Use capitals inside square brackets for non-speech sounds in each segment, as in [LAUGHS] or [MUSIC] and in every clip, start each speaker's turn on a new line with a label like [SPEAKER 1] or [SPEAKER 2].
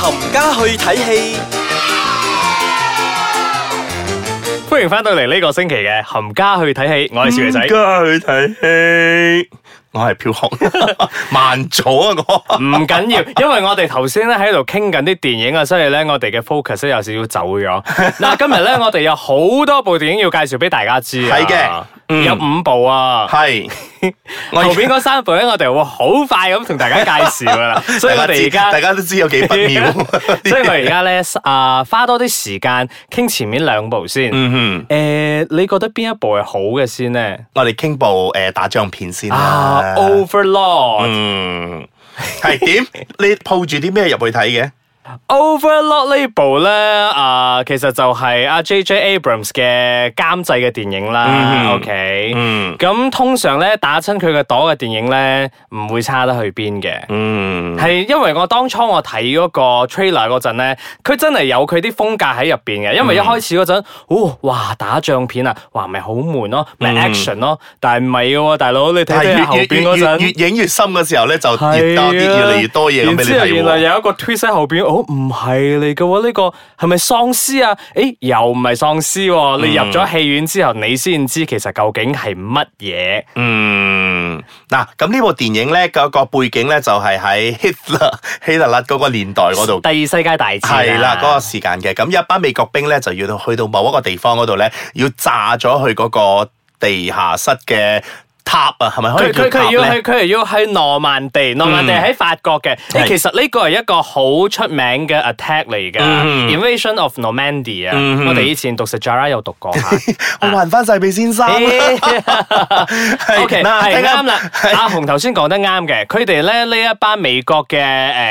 [SPEAKER 1] 冚家去睇戲，
[SPEAKER 2] 欢迎翻到嚟呢个星期嘅冚家去睇戏，我系小肥仔。
[SPEAKER 3] 家去睇戲，我係飄
[SPEAKER 2] [LAUGHS]
[SPEAKER 3] 紅，慢咗啊我。
[SPEAKER 2] 唔
[SPEAKER 3] [LAUGHS]
[SPEAKER 2] 緊要，因為我哋頭先咧喺度傾緊啲電影啊，所以咧我哋嘅 focus 咧有少少走
[SPEAKER 3] [LAUGHS]
[SPEAKER 2] 咗。嗱，今日咧我哋有好多部電影要介紹俾大家知啊，
[SPEAKER 3] 係嘅嗯
[SPEAKER 2] 有五部啊。
[SPEAKER 3] [LAUGHS] 係，
[SPEAKER 2] 後邊嗰三部咧，我哋會好快咁同大家介紹噶啦，所以我哋而家
[SPEAKER 3] [LAUGHS] 大家知大家都知有幾不妙。
[SPEAKER 2] [LAUGHS]
[SPEAKER 3] [LAUGHS]
[SPEAKER 2] 所以我而家咧啊，花多啲時間傾前面兩部先。誒、
[SPEAKER 3] 嗯哼，
[SPEAKER 2] 你覺得邊一部係好嘅先咧？
[SPEAKER 3] 我哋傾部诶打仗片先
[SPEAKER 2] 啊
[SPEAKER 3] 啦。
[SPEAKER 2] ，Overlord。
[SPEAKER 3] 嗯，係
[SPEAKER 2] [LAUGHS]
[SPEAKER 3] 點？你抱住啲咩入去睇嘅？
[SPEAKER 2] Overlord 呢部咧，啊、其實就係阿 J.J. Abrams 嘅監製嘅電影啦。
[SPEAKER 3] 嗯
[SPEAKER 2] OK，
[SPEAKER 3] 嗯
[SPEAKER 2] 咁通常咧打親佢嘅朵嘅電影咧，唔會差得去邊嘅。
[SPEAKER 3] 嗯，
[SPEAKER 2] 係因為我當初我睇嗰個 trailer 嗰陣咧，佢真係有佢啲風格喺入邊嘅。因
[SPEAKER 3] 嗯
[SPEAKER 2] 為一開始嗰陣，哦，哇打仗片啊，哇咪好悶咯，咪 action 咯，但係唔係嘅喎，大佬你睇
[SPEAKER 3] 但嗯係
[SPEAKER 2] 睇下後
[SPEAKER 3] 越
[SPEAKER 2] 邊
[SPEAKER 3] 越
[SPEAKER 2] 嗰
[SPEAKER 3] 越
[SPEAKER 2] 陣
[SPEAKER 3] 越。越影越深嘅時候咧，就越多啲，
[SPEAKER 2] 係啊
[SPEAKER 3] 越嚟越多嘢咁俾你
[SPEAKER 2] 然之後
[SPEAKER 3] 睇
[SPEAKER 2] 原來
[SPEAKER 3] 喎。
[SPEAKER 2] 有一個 twist 喺後邊，哦，唔係嚟嘅喎，呢、個係咪喪屍啊？誒，又唔係喪屍喎、
[SPEAKER 3] 嗯
[SPEAKER 2] 你入咗戲院之後，你先知其實究竟係乜嘢。
[SPEAKER 3] 嗯，嗱，咁呢部電影咧，個個背景咧就係喺希特希特勒嗰個年代嗰度
[SPEAKER 2] 第二世界大戰啊
[SPEAKER 3] 係啦，嗰、個時間嘅。咁一班美國兵咧，就要到去到某一個地方嗰度咧，要炸咗去嗰個地下室嘅塔啊，係咪可
[SPEAKER 2] 佢
[SPEAKER 3] 以叫塔
[SPEAKER 2] 佢佢要去
[SPEAKER 3] 咧？
[SPEAKER 2] 佢係要去諾曼地，諾曼地喺法國嘅。誒，
[SPEAKER 3] 嗯係
[SPEAKER 2] 其實呢個係一個好出名嘅 attack 嚟㗎
[SPEAKER 3] 嗯
[SPEAKER 2] i n v a s i o n of Normandy 啊！
[SPEAKER 3] 嗯
[SPEAKER 2] 我哋以前讀 sejarah 有讀
[SPEAKER 3] [LAUGHS]
[SPEAKER 2] 過 [LAUGHS] 下。啊
[SPEAKER 3] 我還翻晒俾先 [LAUGHS] 生。
[SPEAKER 2] O K，
[SPEAKER 3] 嗱
[SPEAKER 2] 係
[SPEAKER 3] 聽啱
[SPEAKER 2] 啱啦。阿紅頭先講得啱嘅，佢哋咧呢一班美國嘅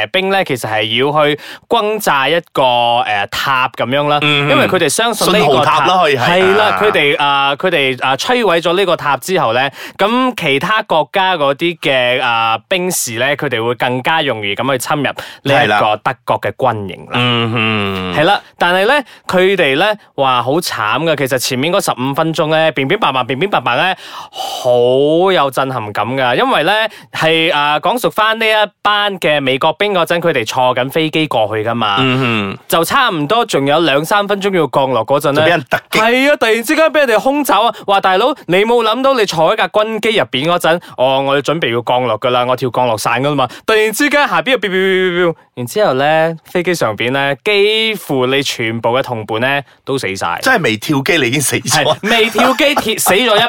[SPEAKER 2] 誒兵咧，其實係要去轟炸一個誒塔咁樣啦，因為佢哋相信呢
[SPEAKER 3] 嗯信
[SPEAKER 2] 個
[SPEAKER 3] 號塔啦可以係
[SPEAKER 2] 係啦
[SPEAKER 3] 啊，
[SPEAKER 2] 佢哋啊佢哋啊摧毀咗呢個塔之後咧，咁其他國家嗰啲嘅啊兵士咧，佢哋會更加容易咁去侵入呢一
[SPEAKER 3] 係
[SPEAKER 2] 個
[SPEAKER 3] 啦
[SPEAKER 2] 德國嘅軍營啦。
[SPEAKER 3] 嗯
[SPEAKER 2] 系啦，但系咧，佢哋咧話好慘嘅。其實前面嗰十五分鐘咧，邊邊白白，邊邊白白咧，好有震撼感噶。因為咧係诶講述翻呢一班嘅美國兵嗰陣，佢哋坐緊飛機過去噶嘛，
[SPEAKER 3] 嗯
[SPEAKER 2] 就差唔多仲有兩三分鐘要降落嗰陣
[SPEAKER 3] 就俾
[SPEAKER 2] 咧
[SPEAKER 3] 人突，擊
[SPEAKER 2] 係啊！突然之間俾人哋空走啊！話大佬，你冇諗到你坐喺架軍機入邊嗰陣，哦，我要準備要降落噶啦，我跳降落傘噶啦嘛！突然之間下邊又飆飆飆飆飆，然之後咧飛機上邊咧，幾乎你全部嘅同伴咧都死晒。
[SPEAKER 3] 真係未跳機，你已經死咗
[SPEAKER 2] 係。未跳機跳死咗一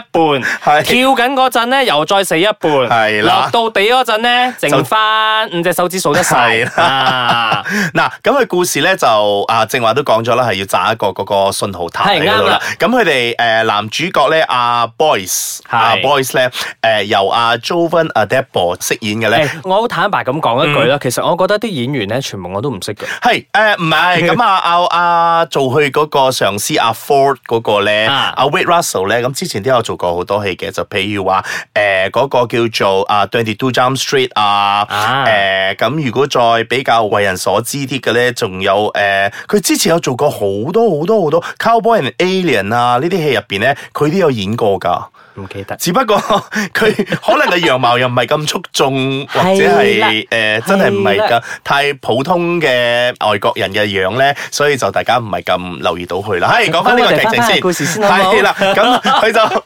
[SPEAKER 3] [LAUGHS] 係
[SPEAKER 2] 半，跳緊嗰陣咧又再死一半，
[SPEAKER 3] 係
[SPEAKER 2] 落
[SPEAKER 3] 啦
[SPEAKER 2] 到地嗰陣咧剩
[SPEAKER 3] 就
[SPEAKER 2] 翻五隻手指數得晒。
[SPEAKER 3] 係啦
[SPEAKER 2] 啊
[SPEAKER 3] 嗱，咁佢故事咧就啊，正話都講咗啦，係要炸一個嗰個信號塔
[SPEAKER 2] 係
[SPEAKER 3] 嚟嗰
[SPEAKER 2] 啱
[SPEAKER 3] 度
[SPEAKER 2] 啦
[SPEAKER 3] 啦。咁佢哋誒男主角咧，阿 Boyce，
[SPEAKER 2] 係
[SPEAKER 3] 阿 Boyce 咧誒由阿 Jovan Adebo 飾演嘅咧。
[SPEAKER 2] 誒我好坦白咁講一句啦，其實我覺得啲演員咧，全部我都唔識嘅。
[SPEAKER 3] 係誒唔係
[SPEAKER 2] [LAUGHS]
[SPEAKER 3] 咁啊啊啊做佢嗰個上司阿 Ford 嗰個咧，
[SPEAKER 2] 啊
[SPEAKER 3] 阿 Wade Russell 咧，咁之前都有做過好多戲嘅，就譬如話誒嗰個叫做啊 Twenty Two Jump Street 啊，
[SPEAKER 2] 啊
[SPEAKER 3] 誒咁如果再比較為人所知啲嘅咧，仲有誒佢之前有做過好多好多好多 Cowboy and Alien 啊呢啲戲入邊咧，佢都有演過㗎。
[SPEAKER 2] 唔記得。
[SPEAKER 3] 只不過 [LAUGHS] 佢可能嘅樣貌又唔係咁出
[SPEAKER 2] [LAUGHS]
[SPEAKER 3] 眾，或者
[SPEAKER 2] 係啦
[SPEAKER 3] 係誒、呃真係唔係
[SPEAKER 2] 係啦
[SPEAKER 3] 咁太普通嘅外國人嘅樣咧，所以就大家唔係咁留意到佢啦。係講翻呢個劇
[SPEAKER 2] 咁我哋
[SPEAKER 3] 情
[SPEAKER 2] 返返
[SPEAKER 3] 先，
[SPEAKER 2] 去故事先好唔好
[SPEAKER 3] 係
[SPEAKER 2] [LAUGHS]
[SPEAKER 3] 啦，咁佢就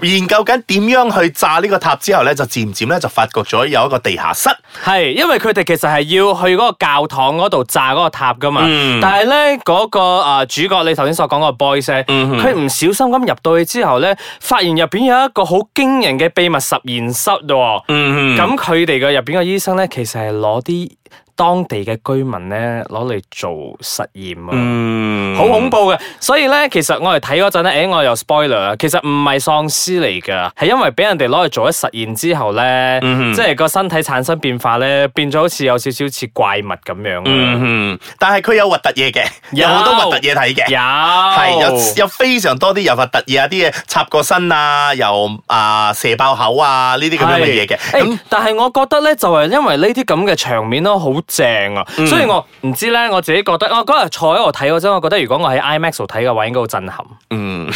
[SPEAKER 3] [LAUGHS] 研究緊點樣去炸呢個塔之後咧，就漸漸咧就發覺咗有一個地下室。
[SPEAKER 2] 係，因為佢哋其實係要去嗰個教堂嗰度炸嗰個塔噶嘛，但係咧嗰個啊、主角你頭先所講個 boys 咧，佢唔、小心咁入到去之後咧，發現入邊有一個好驚人嘅秘密實驗室喎。
[SPEAKER 3] 嗯
[SPEAKER 2] 咁佢哋嘅入邊嘅醫生咧，其實係攞啲當地嘅居民咧攞嚟做實驗啊。
[SPEAKER 3] 嗯
[SPEAKER 2] 好恐怖嘅。所以咧，其實我哋睇嗰陣咧，誒我有 spoiler 啊，其實唔係喪屍嚟㗎，係因為俾人哋攞去做咗實驗之後咧，
[SPEAKER 3] 嗯
[SPEAKER 2] 即係個身體產生變化咧，變咗好似有少少似怪物咁樣。啊
[SPEAKER 3] 嗯，但係佢有核突嘢嘅，有好多核突嘢睇嘅。
[SPEAKER 2] 有
[SPEAKER 3] 係
[SPEAKER 2] 係
[SPEAKER 3] 有有非常多啲又核突嘢啊，啲嘢插個身啊，又啊射爆口啊呢啲咁樣嘅嘢嘅。
[SPEAKER 2] 係誒
[SPEAKER 3] 咁
[SPEAKER 2] 但係我覺得咧，就係因為呢啲咁嘅場面咯，好正啊！
[SPEAKER 3] 嗯
[SPEAKER 2] 所以我唔知咧，我自己覺得，我嗰日坐喺度睇嗰陣，我覺得如果我喺 IMAX 度睇嘅話，應該好震撼。
[SPEAKER 3] [LAUGHS] 嗯，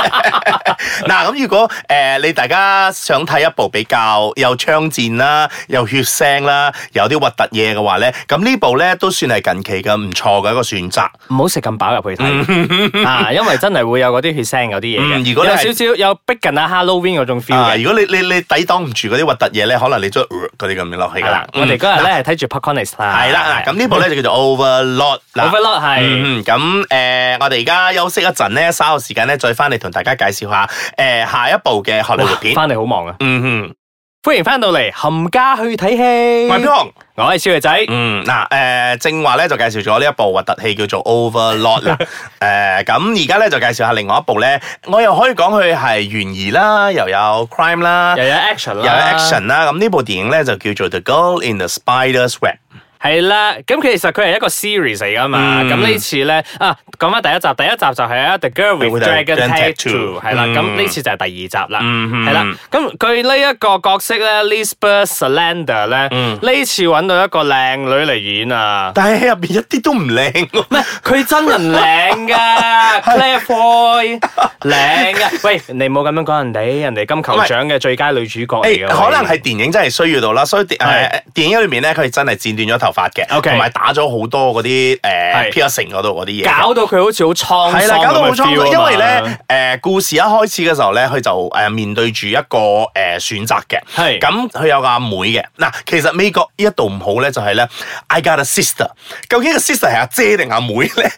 [SPEAKER 3] 嗱咁如果誒、呃你大家想睇一部比較有槍戰啦、有血腥啦、有啲核突嘢嘅話咧，咁呢部咧都算係近期嘅唔錯嘅一個選擇。
[SPEAKER 2] 唔好食咁飽入去睇啊，因為真係會有嗰啲血腥嗰啲嘢
[SPEAKER 3] 嗯
[SPEAKER 2] 嘅，
[SPEAKER 3] 如果你
[SPEAKER 2] 有
[SPEAKER 3] 係
[SPEAKER 2] 少少有逼近啊 Halloween 嗰種 feel
[SPEAKER 3] 啊！
[SPEAKER 2] 嘅。
[SPEAKER 3] 如果你你你抵擋唔住嗰啲核突嘢咧，可能你都呃嗰啲咁樣落去
[SPEAKER 2] 係
[SPEAKER 3] 噶啦嗯
[SPEAKER 2] 啦。，我哋嗰日咧係睇住 Parkonis 啦。
[SPEAKER 3] 係啦，嗱咁呢部咧就叫做 Overlord 啦。
[SPEAKER 2] Overlord 係
[SPEAKER 3] 嗯，咁誒、呃我哋而家休息一陣咧，稍後時間咧再翻嚟同大家介紹下誒、呃下一部嘅荷里活片。
[SPEAKER 2] 翻嚟好忙啊！
[SPEAKER 3] 嗯
[SPEAKER 2] 歡迎翻到嚟冚家去睇戲
[SPEAKER 3] 哼，萬。雄。
[SPEAKER 2] 我係小女仔，
[SPEAKER 3] 嗯，嗱，诶，正話咧就介紹咗呢一部核突戲叫做 Overlord 啦。诶，咁而家咧就介紹下另外一部咧，我又可以講佢係懸疑啦，又有 crime 啦，
[SPEAKER 2] 又有 action 啦，
[SPEAKER 3] 又有 action 啦。咁呢部電影咧就叫做 The Girl in the Spider's Web。
[SPEAKER 2] 係啦，咁其實佢係一個 series 嚟噶嘛，
[SPEAKER 3] 嗯
[SPEAKER 2] 咁呢次咧啊，講翻第一集，第一集就係啊 The Girl with
[SPEAKER 3] With a
[SPEAKER 2] Dragon
[SPEAKER 3] Dragon
[SPEAKER 2] Tattoo，
[SPEAKER 3] Tattoo
[SPEAKER 2] 係啦，
[SPEAKER 3] 嗯
[SPEAKER 2] 咁呢次就係第二集啦，
[SPEAKER 3] 嗯哼
[SPEAKER 2] 係啦，咁佢呢一個角色咧，Lisbeth Salander 咧，
[SPEAKER 3] 嗯
[SPEAKER 2] 呢次揾到一個靚女嚟
[SPEAKER 3] [LAUGHS]
[SPEAKER 2] 演啊。
[SPEAKER 3] 但係喺入邊一啲都唔靚喎。
[SPEAKER 2] 唔係佢真人靚
[SPEAKER 3] [LAUGHS]
[SPEAKER 2] 噶，Claire Foy 靚噶。喂，你冇咁樣講人哋，人哋金球獎嘅最佳女主角嚟
[SPEAKER 3] 誒
[SPEAKER 2] 嘅。
[SPEAKER 3] 哎可能
[SPEAKER 2] 喂
[SPEAKER 3] 係電影真係需要到啦，所以電
[SPEAKER 2] 係
[SPEAKER 3] 誒電影裏面咧，佢真係剪短咗頭髮嘅，
[SPEAKER 2] OK
[SPEAKER 3] 同埋打咗好多嗰啲
[SPEAKER 2] 係
[SPEAKER 3] 誒 piercing 嗰度嗰啲嘢嘅。
[SPEAKER 2] 搞到佢好似好滄
[SPEAKER 3] 係
[SPEAKER 2] 桑
[SPEAKER 3] 啦，搞到好
[SPEAKER 2] 咁
[SPEAKER 3] 倉
[SPEAKER 2] 嘅
[SPEAKER 3] 促，
[SPEAKER 2] feel 啊
[SPEAKER 3] 因為
[SPEAKER 2] 嘛
[SPEAKER 3] 咧，誒、故事一開始嘅時候咧，佢就誒、面對住一個誒、選擇嘅，
[SPEAKER 2] 係
[SPEAKER 3] 咁佢有個阿妹嘅。嗱，其實美國呢一度唔好咧，就係咧，I got a sister。究竟個 sister 係阿姐定阿妹咧？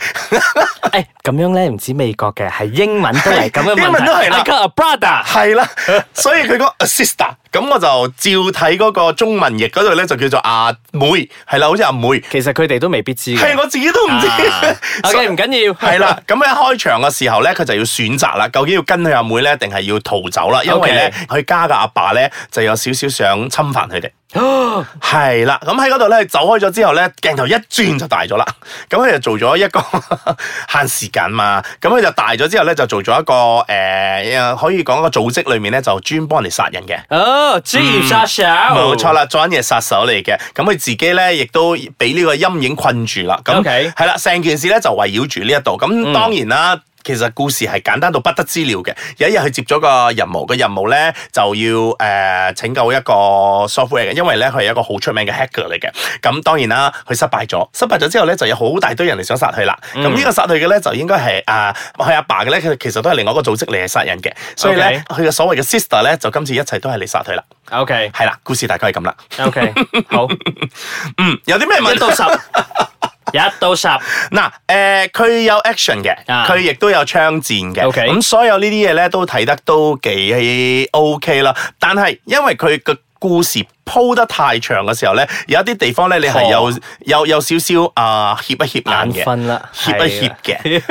[SPEAKER 2] 诶，咁樣咧唔止美國嘅，係英文都 [LAUGHS] 係咁嘅問題。
[SPEAKER 3] 英文都係啦
[SPEAKER 2] I got a
[SPEAKER 3] [LAUGHS]
[SPEAKER 2] brother。
[SPEAKER 3] 係啦，所以佢個 sister，咁我就照睇嗰個中文譯嗰度咧，就叫做阿妹，係啦，好似阿妹。
[SPEAKER 2] 其實佢哋都未必知嘅。啊
[SPEAKER 3] 係我自己都唔知。 [LAUGHS]
[SPEAKER 2] O K，唔緊要。
[SPEAKER 3] 系
[SPEAKER 2] [LAUGHS]
[SPEAKER 3] 啦，咁一開場嘅時候咧，佢就要選擇啦，究竟要跟佢阿妹咧，定係要逃走啦？因為咧，佢家嘅阿爸咧就有少少想侵犯佢哋。係啦，咁喺嗰度咧走開咗之後咧，鏡頭一轉就大咗啦。咁佢就做咗一個 [LAUGHS] 限時間嘛，咁佢就大咗之後咧，就做咗一個诶、呃可以講個組織裏面咧就專幫人哋殺人嘅。
[SPEAKER 2] 哦，職業殺手。
[SPEAKER 3] 冇錯。啦，莊夜殺手嚟嘅，咁佢自己咧亦都俾呢個陰影困住啦。咁
[SPEAKER 2] OK
[SPEAKER 3] 係啦，成件事咧就圍繞住呢一度。咁當然啦。其實故事係簡單到不得之了嘅。有一日佢接咗個任務，個任務咧就要誒、呃拯救一個 software 嘅，因為咧佢係一個好出名嘅 hacker 嚟嘅。咁當然啦，佢失敗咗，失敗咗之後咧就有好大堆人嚟想殺佢啦。咁呢、個殺佢嘅咧就應該係啊佢阿爸嘅咧，佢其實都係另外一個組織嚟係殺人嘅，所以咧佢嘅所謂嘅 sister 咧就今次一切都係嚟殺佢啦。
[SPEAKER 2] O K，
[SPEAKER 3] 系啦，故事大概系咁啦。
[SPEAKER 2] O K，好，
[SPEAKER 3] 嗯，有啲咩問
[SPEAKER 2] [LAUGHS] 一到
[SPEAKER 3] 題？
[SPEAKER 2] 十，一 [LAUGHS] 到十。
[SPEAKER 3] [LAUGHS] 嗱，诶，佢有 action 嘅，
[SPEAKER 2] 啊
[SPEAKER 3] 佢亦都有槍戰嘅。
[SPEAKER 2] OK
[SPEAKER 3] 咁所有呢啲嘢咧都睇得都幾 OK 啦。但係因為佢個故事鋪得太長嘅時候咧，有一啲地方咧你係有
[SPEAKER 2] 哦
[SPEAKER 3] 有有少少啊協一協眼嘅，
[SPEAKER 2] 眼瞓啦啊
[SPEAKER 3] 協一協嘅。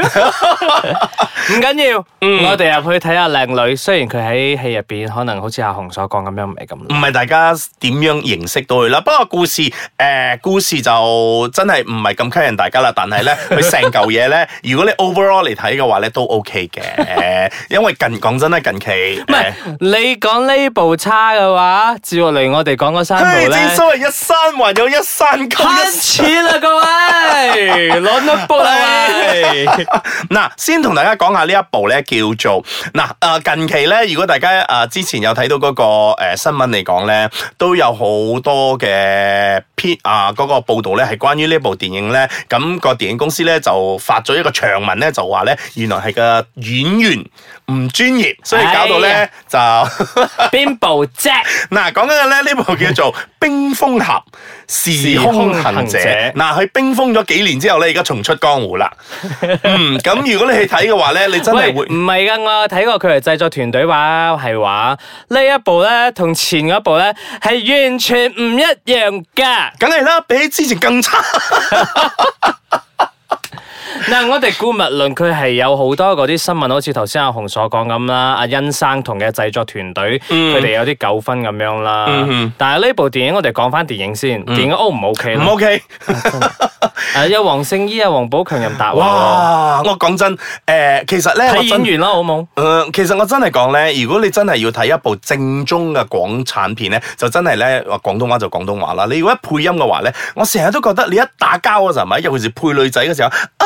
[SPEAKER 2] 唔緊要，我哋入去睇下靚女。雖然佢喺戲入邊可能好似阿紅所講咁樣唔係咁
[SPEAKER 3] 唔
[SPEAKER 2] 靚，
[SPEAKER 3] 係大家點樣認識到佢啦，不過故事誒、呃故事就真係唔係咁吸引大家啦。但係 [LAUGHS] 咧，佢成嚿嘢咧，如果你 overall 嚟睇嘅話咧，都 OK 嘅。 [LAUGHS] 誒因為近講真啦，近期唔
[SPEAKER 2] 唔係你講呢部差嘅話，接落嚟我哋講嗰三部咧
[SPEAKER 3] 正。所謂一山還有一山高。
[SPEAKER 2] 慳
[SPEAKER 3] 一
[SPEAKER 2] 錢啦，各位，攞 notebook 啦，喂
[SPEAKER 3] [LAUGHS] 嗱，先同大家講下呢一部咧叫做嗱誒、呃近期咧，如果大家誒、呃之前有睇到嗰、個、呃、新聞嚟講咧，都有好多嘅篇啊嗰個報導咧係關於呢部電影咧，咁、個電影公司咧就發咗一個長文咧，就話咧原來係個演員唔專業，所以搞到
[SPEAKER 2] 哎
[SPEAKER 3] 咧
[SPEAKER 2] 呀
[SPEAKER 3] 就 [LAUGHS]
[SPEAKER 2] 邊部啫？
[SPEAKER 3] 嗱講緊嘅咧呢部叫做《冰封俠時空行者
[SPEAKER 2] 時空行》者
[SPEAKER 3] 嗱，佢冰封咗幾年之後咧，而家重出江湖啦。嗯，咁如果你去睇嘅話咧，你真
[SPEAKER 2] 喂，
[SPEAKER 3] 係會。
[SPEAKER 2] 唔係噶，我有睇過佢哋製作團隊話係話呢一部咧同前嗰部咧係完全唔一樣噶。
[SPEAKER 3] 梗係啦，比起之前更差。
[SPEAKER 2] 嗱，我哋顧物論佢係有好多嗰啲新聞，好似頭先阿紅所講咁啦，阿欣生同嘅製作團隊，
[SPEAKER 3] 嗯
[SPEAKER 2] 佢哋有啲糾紛咁樣啦。但係呢部電影，我哋講翻電影先，電影 O 唔 O K
[SPEAKER 3] 唔
[SPEAKER 2] 啦？
[SPEAKER 3] 嗯 OK。
[SPEAKER 2] 誒，有黃聖依、啊，黃寶強、任達華
[SPEAKER 3] 哇！哦我講真，誒，其實咧，
[SPEAKER 2] 喎，
[SPEAKER 3] 我
[SPEAKER 2] 睇演
[SPEAKER 3] 真。
[SPEAKER 2] 員啦，好冇？
[SPEAKER 3] 誒、其實我真係講咧，如果你真係要睇一部正宗嘅港產片咧，就真係咧，話廣東話就廣東話啦。你如果一配音嘅話咧，我成日都覺得你一打交嗰陣，咪尤其是配女仔嘅時候，啊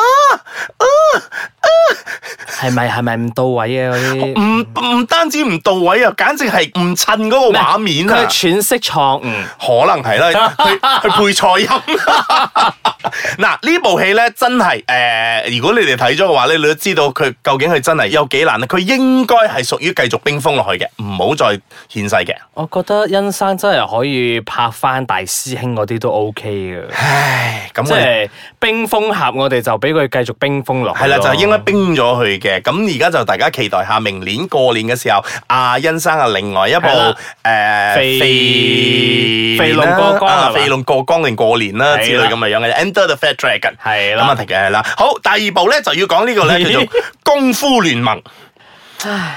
[SPEAKER 2] 係咪係咪 [LAUGHS] 唔到位啊？嗰啲
[SPEAKER 3] 唔唔單止唔到位啊，簡直係唔襯嗰個畫面
[SPEAKER 2] 佢
[SPEAKER 3] 啊
[SPEAKER 2] 係！喘息錯誤。
[SPEAKER 3] 可能係
[SPEAKER 2] [LAUGHS]
[SPEAKER 3] 啦，去去配錯音。 [LAUGHS] 嗱呢部戲咧真係誒、呃如果你哋睇咗嘅話咧，你都知道佢究竟佢真係有幾難啊！佢應該係屬於繼續冰封落去嘅，唔好再獻世嘅。
[SPEAKER 2] 我覺得欣生真係可以拍翻大師兄嗰啲都 O K 嘅，
[SPEAKER 3] 唉，咁
[SPEAKER 2] 即
[SPEAKER 3] 我哋
[SPEAKER 2] 係冰封俠，我哋就俾佢繼續冰封落去
[SPEAKER 3] 係啦，就係
[SPEAKER 2] 咯
[SPEAKER 3] 應該冰咗佢嘅。咁而家就大家期待下明年過年嘅時候，阿欣生啊，另外一部
[SPEAKER 2] 係啦
[SPEAKER 3] 誒
[SPEAKER 2] 肥肥龍
[SPEAKER 3] 啦
[SPEAKER 2] 過江
[SPEAKER 3] 啊
[SPEAKER 2] 係嘛
[SPEAKER 3] 肥龍過江定過年啦之
[SPEAKER 2] 係
[SPEAKER 3] 類
[SPEAKER 2] 啦
[SPEAKER 3] 咁嘅樣嘅《Enter the Fat Dragon》。
[SPEAKER 2] 係
[SPEAKER 3] 咁啊，
[SPEAKER 2] 啦，
[SPEAKER 3] 提嘅係啦。好，第二部咧就要講呢個
[SPEAKER 2] [LAUGHS]
[SPEAKER 3] 咧叫做《功夫聯盟》，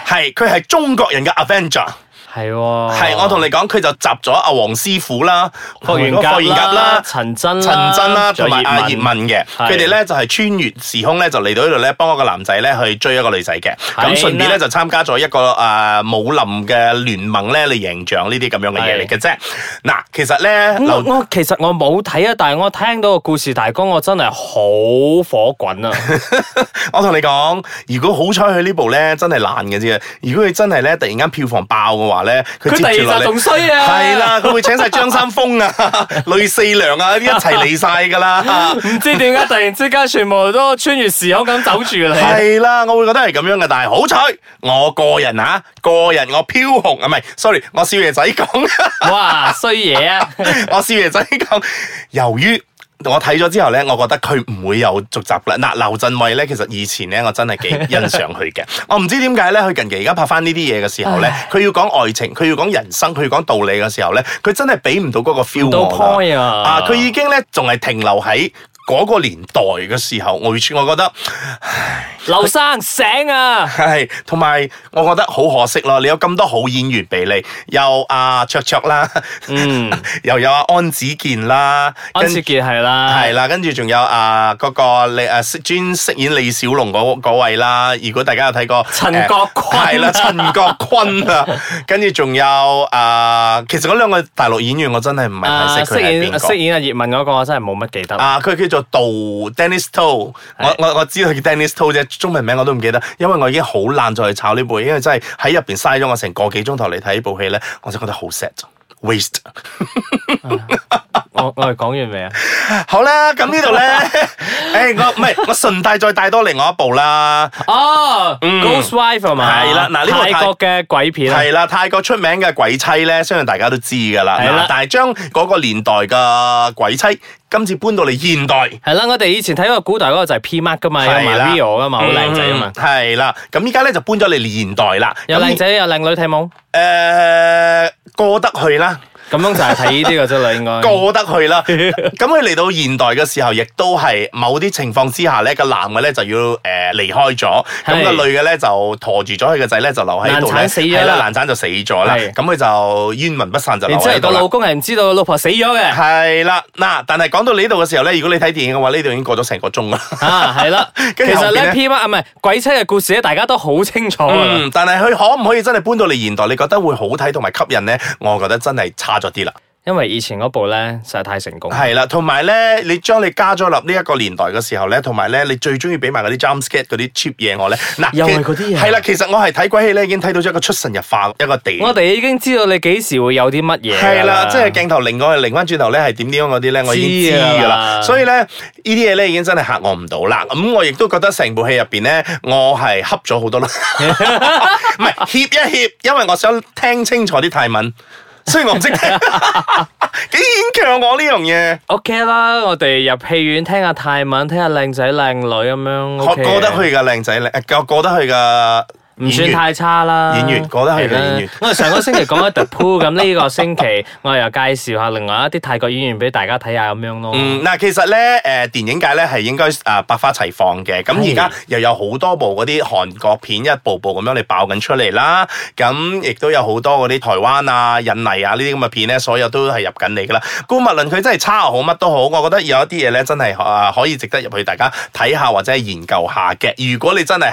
[SPEAKER 3] 係佢係中國人嘅 Avenger，
[SPEAKER 2] 係喎，
[SPEAKER 3] 係我同你講，佢就集咗阿黃師傅啦、
[SPEAKER 2] 哦霍元
[SPEAKER 3] 同埋嗰個
[SPEAKER 2] 甲
[SPEAKER 3] 霍元甲
[SPEAKER 2] 啦、
[SPEAKER 3] 啦。
[SPEAKER 2] 陳真
[SPEAKER 3] 陳真啦，同埋阿葉
[SPEAKER 2] 嗯仲有
[SPEAKER 3] 問嘅，
[SPEAKER 2] 係
[SPEAKER 3] 佢哋咧就係穿越時空咧，就嚟到呢度咧，幫一個男仔咧去追一個女仔嘅，
[SPEAKER 2] 係
[SPEAKER 3] 咁
[SPEAKER 2] 啦
[SPEAKER 3] 順便咧就參加咗一個誒武林嘅聯盟咧，嚟贏獎呢啲咁樣嘅嘢嚟嘅啫。嗱，其實咧，劉
[SPEAKER 2] 我我其實我冇睇啊，但係我聽到個故事大綱，我真係好火滾啊！
[SPEAKER 3] 我同你講，如果好彩佢呢部咧真係爛嘅啫。如果佢真係咧突然間票房爆嘅話咧，佢
[SPEAKER 2] 佢
[SPEAKER 3] 接住
[SPEAKER 2] 第
[SPEAKER 3] 落
[SPEAKER 2] 二集
[SPEAKER 3] 嚟
[SPEAKER 2] 仲衰啊，
[SPEAKER 3] 係，啦，佢會請晒張三豐
[SPEAKER 2] [LAUGHS]
[SPEAKER 3] 啊、呂四娘啊一齊嚟晒㗎啦。
[SPEAKER 2] 唔知點解突然之間全部都穿越時空咁走住嚟。
[SPEAKER 3] 係啦，我會覺得係咁樣嘅，但係好彩，我個人啊，個人我飄紅啊，唔係，sorry，我少爺仔講， [LAUGHS]
[SPEAKER 2] 哇，衰嘢啊！
[SPEAKER 3] 我少爺仔講，由於。我睇咗之後咧，我覺得佢唔會有續集啦。嗱，劉鎮偉咧，其實以前咧，我真係幾欣賞佢
[SPEAKER 2] [LAUGHS]
[SPEAKER 3] 嘅。我唔知點解咧，佢近期而家拍翻呢啲嘢嘅時候咧，佢要講愛情，佢要講人生，佢要講道理嘅時候咧，佢真係俾唔到嗰個 feel
[SPEAKER 2] 唔到
[SPEAKER 3] 我啦
[SPEAKER 2] point 啊
[SPEAKER 3] 啊，佢已經咧仲係停留喺嗰個年代嘅時候，我會我覺得。
[SPEAKER 2] 劉生醒啊！
[SPEAKER 3] 係，同埋我覺得好可惜咯。你有咁多好演員俾你，有阿、卓卓啦，
[SPEAKER 2] 嗯，
[SPEAKER 3] 又有阿、安子健啦，
[SPEAKER 2] 安
[SPEAKER 3] 跟
[SPEAKER 2] 志傑係啦，
[SPEAKER 3] 係啦，跟住仲有啊嗰、個李啊專飾演李小龍嗰嗰位啦。如果大家有睇過
[SPEAKER 2] 陳國坤
[SPEAKER 3] 係啦，陳國坤啊，跟住仲有啊，其實嗰兩個大陸演員我真係唔係
[SPEAKER 2] 啊
[SPEAKER 3] 太識
[SPEAKER 2] 飾
[SPEAKER 3] 佢係
[SPEAKER 2] 演
[SPEAKER 3] 邊個
[SPEAKER 2] 飾。演阿葉問嗰個，我真係冇乜記得。
[SPEAKER 3] 啊，佢叫做杜 Dennis To，我我我知道佢叫 Dennis To 啫，中文名我都唔記得，因為我已經好懶再去炒呢部戲，因為真係喺入邊嘥咗我成個幾鐘頭嚟睇呢部戲咧，我就覺得好 sad。waste
[SPEAKER 2] 我我哋講完未啊？
[SPEAKER 3] 好啦，咁呢度
[SPEAKER 2] [LAUGHS]
[SPEAKER 3] 咧，誒我唔係我順帶再帶多另外一部啦，
[SPEAKER 2] 哦，Ghost Wife 係嘛？
[SPEAKER 3] 係啦嗱呢個泰
[SPEAKER 2] 泰國嘅鬼片啊，
[SPEAKER 3] 係啦，泰國出名嘅鬼妻咧，相信大家都知㗎啦，
[SPEAKER 2] 係啦
[SPEAKER 3] 嗱但係將嗰個年代嘅鬼妻今次搬到嚟現代。
[SPEAKER 2] 係啦，我哋以前睇嗰個古代嗰個就係 P Mark 噶嘛，有
[SPEAKER 3] 係啦
[SPEAKER 2] 埋 Rio 噶嘛，好靚仔啊嘛
[SPEAKER 3] 嗯，係啦，咁依家咧就搬咗嚟現代啦，
[SPEAKER 2] 有
[SPEAKER 3] 咁
[SPEAKER 2] 靚仔啊有靚女睇冇？
[SPEAKER 3] 誒、呃過得去啦，
[SPEAKER 2] 咁樣就係睇呢啲嘅啫啦，應該。
[SPEAKER 3] 過得去
[SPEAKER 2] [LAUGHS]
[SPEAKER 3] 啦。咁佢嚟到現代嘅時候，亦都係某啲情況之下咧，個男嘅咧就要誒、離開咗，咁
[SPEAKER 2] 係
[SPEAKER 3] 個女嘅咧就陀住咗佢個仔咧，就留喺度咧，
[SPEAKER 2] 難產死咗啦
[SPEAKER 3] 係啦，難產就死咗啦。
[SPEAKER 2] 係
[SPEAKER 3] 咁佢就冤魂不散就留
[SPEAKER 2] 然之
[SPEAKER 3] 喺
[SPEAKER 2] 後
[SPEAKER 3] 度
[SPEAKER 2] 個
[SPEAKER 3] 啦
[SPEAKER 2] 老。公係唔知道老婆死
[SPEAKER 3] [LAUGHS]
[SPEAKER 2] 咗嘅，
[SPEAKER 3] 係啦，嗱，但係講到呢度嘅時候咧，如果你睇電影嘅話，呢度已經過咗成個鐘啦。
[SPEAKER 2] 啊係啦。其
[SPEAKER 3] 跟住後
[SPEAKER 2] 實
[SPEAKER 3] 邊呢
[SPEAKER 2] 咧 P Mark 啊唔係鬼妻嘅故事咧，大家都好啊清楚㗎啦。
[SPEAKER 3] 嗯，但係佢可唔可以真係搬到嚟現代？你覺得會好睇同埋吸引咧？我覺得真係差咗啲啦。
[SPEAKER 2] 因為以前嗰部咧實在太成功。
[SPEAKER 3] 係啦，同埋咧，你將你加咗入呢一個年代嘅時候咧，同埋咧，你最中意俾埋嗰啲 jump scare 嗰啲 cheap 嘢我咧，嗱，
[SPEAKER 2] 又係
[SPEAKER 3] 其
[SPEAKER 2] 嗰啲嘢啊
[SPEAKER 3] 係啦，其實我係睇鬼戲咧，已經睇到咗一個出神入化一個地。
[SPEAKER 2] 我哋已經知道你幾時會有啲乜嘢㗎
[SPEAKER 3] 係啦，即係鏡頭擰過去，擰翻轉頭咧係點點樣嗰啲咧，我已經知㗎
[SPEAKER 2] 知㗎啊
[SPEAKER 3] 啦。
[SPEAKER 2] 啦
[SPEAKER 3] 所以咧，呢啲嘢咧已經真係嚇我唔到啦。咁我亦都覺得成部戲入邊咧，我係恰咗好多
[SPEAKER 2] [LAUGHS]
[SPEAKER 3] 啦，唔係協一協，因為我想聽清楚啲泰文，雖然我唔識聽，
[SPEAKER 2] [LAUGHS]
[SPEAKER 3] 幾勉強我呢樣嘢。
[SPEAKER 2] OK 啦，我哋入戲院聽下泰文，聽下靚仔靚女咁樣，
[SPEAKER 3] 我
[SPEAKER 2] OK 嘅
[SPEAKER 3] 過得去嘅靚仔靚，誒過過得去嘅
[SPEAKER 2] 唔算太差啦。
[SPEAKER 3] 演員覺得係嘅演員。
[SPEAKER 2] 我哋上個星期講咗 The Pool，咁呢個星期我哋又介紹下另外一啲泰國演員俾大家睇下咁樣咯。
[SPEAKER 3] 嗯，嗱，其實咧，誒、電影界咧係應該啊百花齊放嘅。咁
[SPEAKER 2] 係
[SPEAKER 3] 而家又有好多部嗰啲韓國片一步步咁樣嚟爆緊出嚟啦。咁亦都有好多嗰啲台灣啊、印尼啊呢啲咁嘅片咧，所有都係入緊嚟噶啦。姑勿論佢真係差又好乜都好，我覺得有一啲嘢咧真係啊可以值得入去大家睇下或者係研究下嘅。如果你真係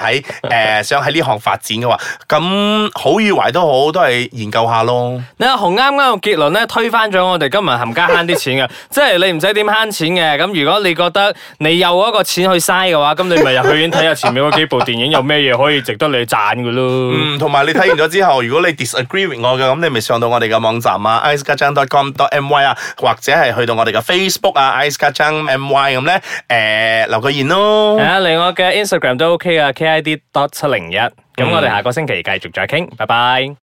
[SPEAKER 3] 喺
[SPEAKER 2] [LAUGHS]
[SPEAKER 3] 誒想喺呢行發展嘅話，咁好與壞都好，都係研究下咯。
[SPEAKER 2] 你阿紅啱啱個結論咧推翻咗我哋今日冚家慳啲錢嘅， [LAUGHS] 即係你唔使點慳錢嘅。咁如果你覺得你有嗰個錢去嘥嘅話，咁你咪入戲院睇下前面嗰幾部電影有咩嘢可以值得你賺嘅咯。
[SPEAKER 3] 嗯，同埋你睇完咗之後，如果你 disagree with 我嘅，咁你咪上到我哋嘅網站啊 i c e k a j a n g c o m m y 啊，或者係去到我哋嘅 Facebook 啊 i c e k a j a n g m y 咁咧，誒、留個言咯
[SPEAKER 2] 係。啊，嚟我嘅 Instagram 都 OK 啊，KID dot 七零一。咁我哋下個星期繼續再傾，拜拜。